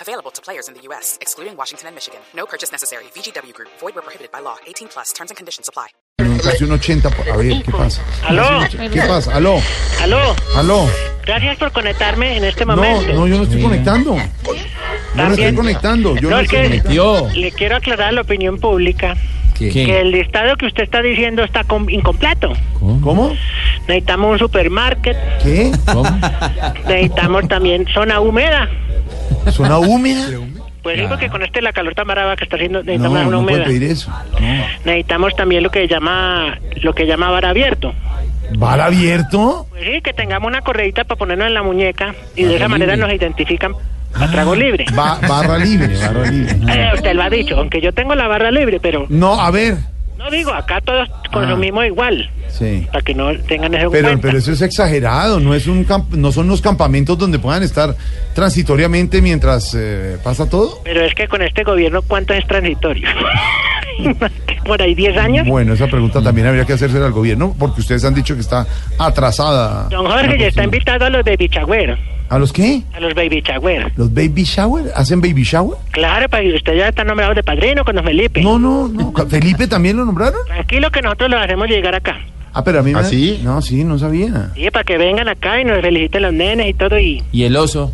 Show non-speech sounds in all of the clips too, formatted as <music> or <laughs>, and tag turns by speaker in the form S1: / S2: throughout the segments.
S1: Available to players in the U.S., excluding Washington and Michigan. No purchase necessary. VGW Group, void were prohibited by law. 18 plus terms and conditions apply.
S2: Casi un 80. por- A ver, ¿qué pasa?
S3: Aló,
S2: ¿Qué pasa? Aló,
S3: aló,
S2: aló.
S3: gracias por conectarme en este
S2: No,
S3: momento.
S2: no, yo no estoy conectando. Yo no estoy
S3: También.
S2: conectando. Yo
S3: No,
S2: no
S3: es
S2: estoy
S3: que-
S2: conectando.
S4: Yo.
S3: Le quiero aclarar a la opinión pública que
S4: ¿Qué?
S3: el listado que usted está diciendo está com- incompleto.
S2: ¿Cómo?
S3: Necesitamos un supermarket,
S2: ¿Qué?
S3: necesitamos también zona húmeda.
S2: ¿Zona húmeda?
S3: Pues digo que con este la calor tan brava que está haciendo,
S2: No,
S3: necesitamos una
S2: no puedo
S3: húmeda.
S2: pedir eso. No.
S3: Necesitamos también lo que llama lo que llama bar abierto.
S2: ¿Bar abierto?
S3: Pues sí, que tengamos una correita para ponernos en la muñeca y de esa manera nos identifican a trago libre.
S2: Ba- Ah, barra libre, barra libre.
S3: Eh, usted lo ha dicho, aunque yo tengo la barra libre, pero
S2: No, a ver.
S3: No digo, acá todos
S2: Ah.
S3: consumimos igual,
S2: Sí.
S3: para que no tengan eso en
S2: Pero,
S3: cuenta.
S2: pero eso es exagerado, no es un camp- no son los campamentos donde puedan estar transitoriamente mientras eh, pasa todo.
S3: Pero es que con este gobierno, ¿cuánto es transitorio? <laughs> Por ahí 10 años.
S2: Bueno, esa pregunta también habría que hacerse al gobierno porque ustedes han dicho que está atrasada.
S3: Don Jorge
S2: pues
S3: ya está invitado a los baby shower,
S2: ¿A los qué?
S3: a los baby shower.
S2: ¿Los baby shower? ¿Hacen baby shower?
S3: Claro, para que usted ya está nombrado de padrino con don Felipe.
S2: No, no, no. ¿Felipe también lo nombraron?
S3: Tranquilo que nosotros los hacemos llegar acá.
S2: Ah, pero a mí me...
S5: ¿Ah, sí?
S2: No, sí, no sabía.
S3: Sí, para que vengan acá y nos feliciten los nenes y todo. Y
S4: ¿Y el oso?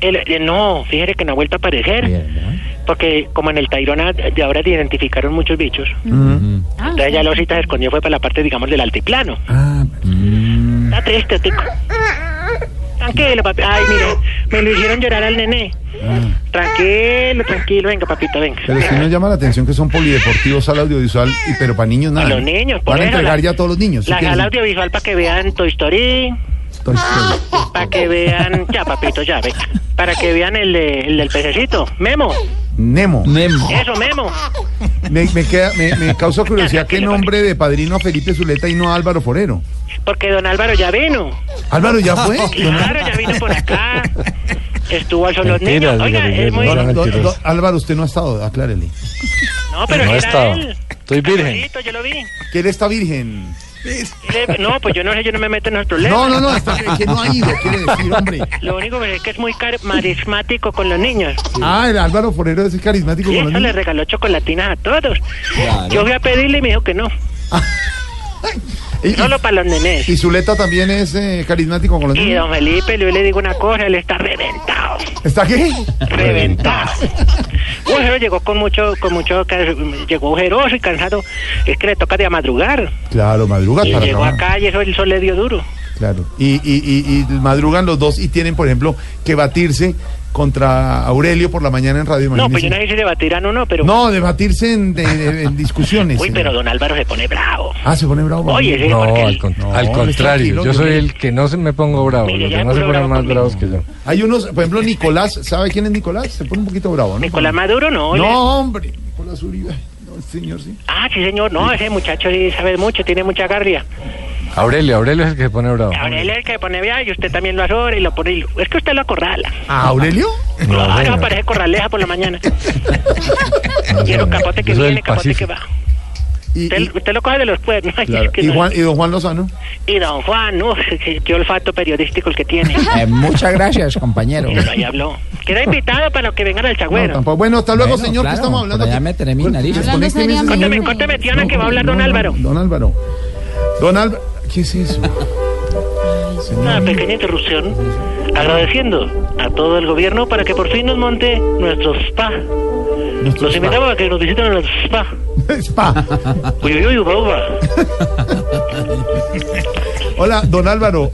S3: el- eh, no, fíjese que no ha vuelto a aparecer.
S4: Mierda.
S3: Porque como en el Tairona de ahora se identificaron muchos bichos.
S2: Mm.
S3: Entonces ya la osita se escondió fue para la parte, digamos, del altiplano.
S2: Ah,
S3: Está triste, tico. Tranquilo, papi. Ay, mire, me lo hicieron llorar al nené. Tranquilo, tranquilo, venga, papito, venga.
S2: pero sí nos llama la atención que son polideportivos, sala audiovisual, y, pero para niños nada.
S3: A los niños, por
S2: Van a
S3: eso,
S2: entregar
S3: la-
S2: ya a todos los niños. ¿sí
S3: La
S2: quieres?
S3: sala audiovisual para que vean Toy Story,
S2: Toy Story.
S3: para que vean... Ya, papito, ya, venga. Para que vean el, de- el del pececito. Memo,
S2: Nemo.
S4: Nemo.
S3: eso, Memo.
S2: Me, me, queda- me- me
S3: <laughs>
S2: causa curiosidad qué
S3: Tranquilo,
S2: nombre de padrino a Felipe Zuleta y no a Álvaro Forero.
S3: Porque don Álvaro ya vino.
S2: Álvaro ya fue.
S3: <laughs> Claro, ya vino por acá. Estuvo al son los
S4: Mentira,
S3: niños. Oiga,
S4: dígame,
S3: es muy...
S2: No, no, no,
S4: mentiroso.
S2: no, Álvaro, usted no ha estado, aclárele.
S3: No, pero
S4: No he
S3: era
S4: estado.
S3: él.
S4: Estoy virgen.
S3: Carlito, Yo lo vi.
S2: Que él está virgen.
S3: Él- No, pues yo no sé, yo no me meto en los problemas.
S2: No, no, no, está, que no ha ido, quiere decir, hombre.
S3: Lo único que es que es muy car- carismático con los niños.
S2: Ah, el Álvaro Forero es el carismático
S3: Y
S2: con los
S3: eso le
S2: niños.
S3: regaló chocolatinas a todos. Yo fui a pedirle y me dijo que no.
S2: Y- y-
S3: Solo para los nenés.
S2: Y Zuleta también es eh, carismático con los
S3: Y
S2: niños.
S3: don Felipe, yo le digo una cosa, él está reventado.
S2: ¿Está qué?
S3: Reventado. Uy, pero llegó con mucho, con mucho, ca- llegó ojeroso y cansado. Es que le toca de a madrugar.
S2: Claro, madruga
S3: Y
S2: para
S3: llegó
S2: trabajar.
S3: acá y eso el sol le dio duro.
S2: Claro. Y, y, y, y madrugan los dos y tienen, por ejemplo, que batirse contra Aurelio por la mañana en radio.
S3: No,
S2: imagínese.
S3: pues yo no sé si le batirán o no, pero.
S2: No, debatirse en, de- de- en discusiones.
S3: Uy,
S2: eh.
S3: pero don Álvaro se pone bravo.
S2: Ah, se pone bravo.
S3: Oye, sí,
S6: No,
S3: porque.
S6: al,
S3: él-
S6: con-
S2: No,
S6: al
S2: no, tranquilo,
S6: contrario, yo soy
S2: Diomedes.
S6: el que no se me pongo bravo,
S3: Mire,
S6: los
S3: ya
S6: que no se
S3: puro bravo
S6: ponen más
S3: conmigo.
S6: bravos que yo.
S2: Hay unos, por ejemplo, Nicolás. ¿Sabe quién es Nicolás? Se pone un poquito bravo, ¿no?
S3: Nicolás Maduro no. él es-
S2: No, hombre. Nicolás Uribe. No, señor, sí.
S3: Ah, sí, señor. No, ese muchacho sí sabe mucho, tiene mucha garria.
S6: Aurelio, Aurelio es el que se pone bravo.
S3: Ahora él es el que pone viaje y usted también lo azora y lo pone. y lo- Es que usted lo acorrala.
S2: ¿A
S4: Ah,
S2: Aurelio?
S6: No,
S2: Ah,
S3: Ahora
S6: señor.
S3: aparece corraleja por
S2: <laughs>
S3: la mañana. y el
S6: señor.
S3: capote que
S6: Yo soy
S3: viene,
S6: del
S3: capote que
S6: Pacífico.
S3: va.
S2: Y, y-
S3: Usted, usted lo coge de los cuernos. <laughs> Ay,
S2: claro.
S3: es que
S2: y,
S3: no-
S2: Juan- y don Juan Lozano.
S3: y don Juan, uf, <laughs> qué- qué olfato periodístico el
S2: <laughs>
S3: que tiene.
S4: muchas gracias, compañero.
S3: Pero ahí habló. Queda invitado para que vengan al
S2: No,
S3: chagüero.
S2: tampoco. Bueno, hasta luego,
S4: Bueno,
S2: señor,
S4: claro,
S2: que estamos hablando.
S4: por allá
S2: aquí.
S4: meteré mis
S2: Pues,
S4: narices.
S2: desconecte ese
S7: Hablando
S2: señor.
S3: Cuénteme,
S7: No.
S3: cuénteme, Tiana, que va a hablar
S2: No,
S3: don
S2: no,
S3: Álvaro.
S2: Don Álvaro. Don Álvaro. ¿Qué es eso? <laughs>
S3: Una pequeña interrupción, agradeciendo a todo el gobierno para que por fin nos monte nuestro spa. Los invitamos a que nos visiten en el spa.
S2: Spa.
S3: Uy, uy, uy, uva, uva.
S2: Hola, don Álvaro.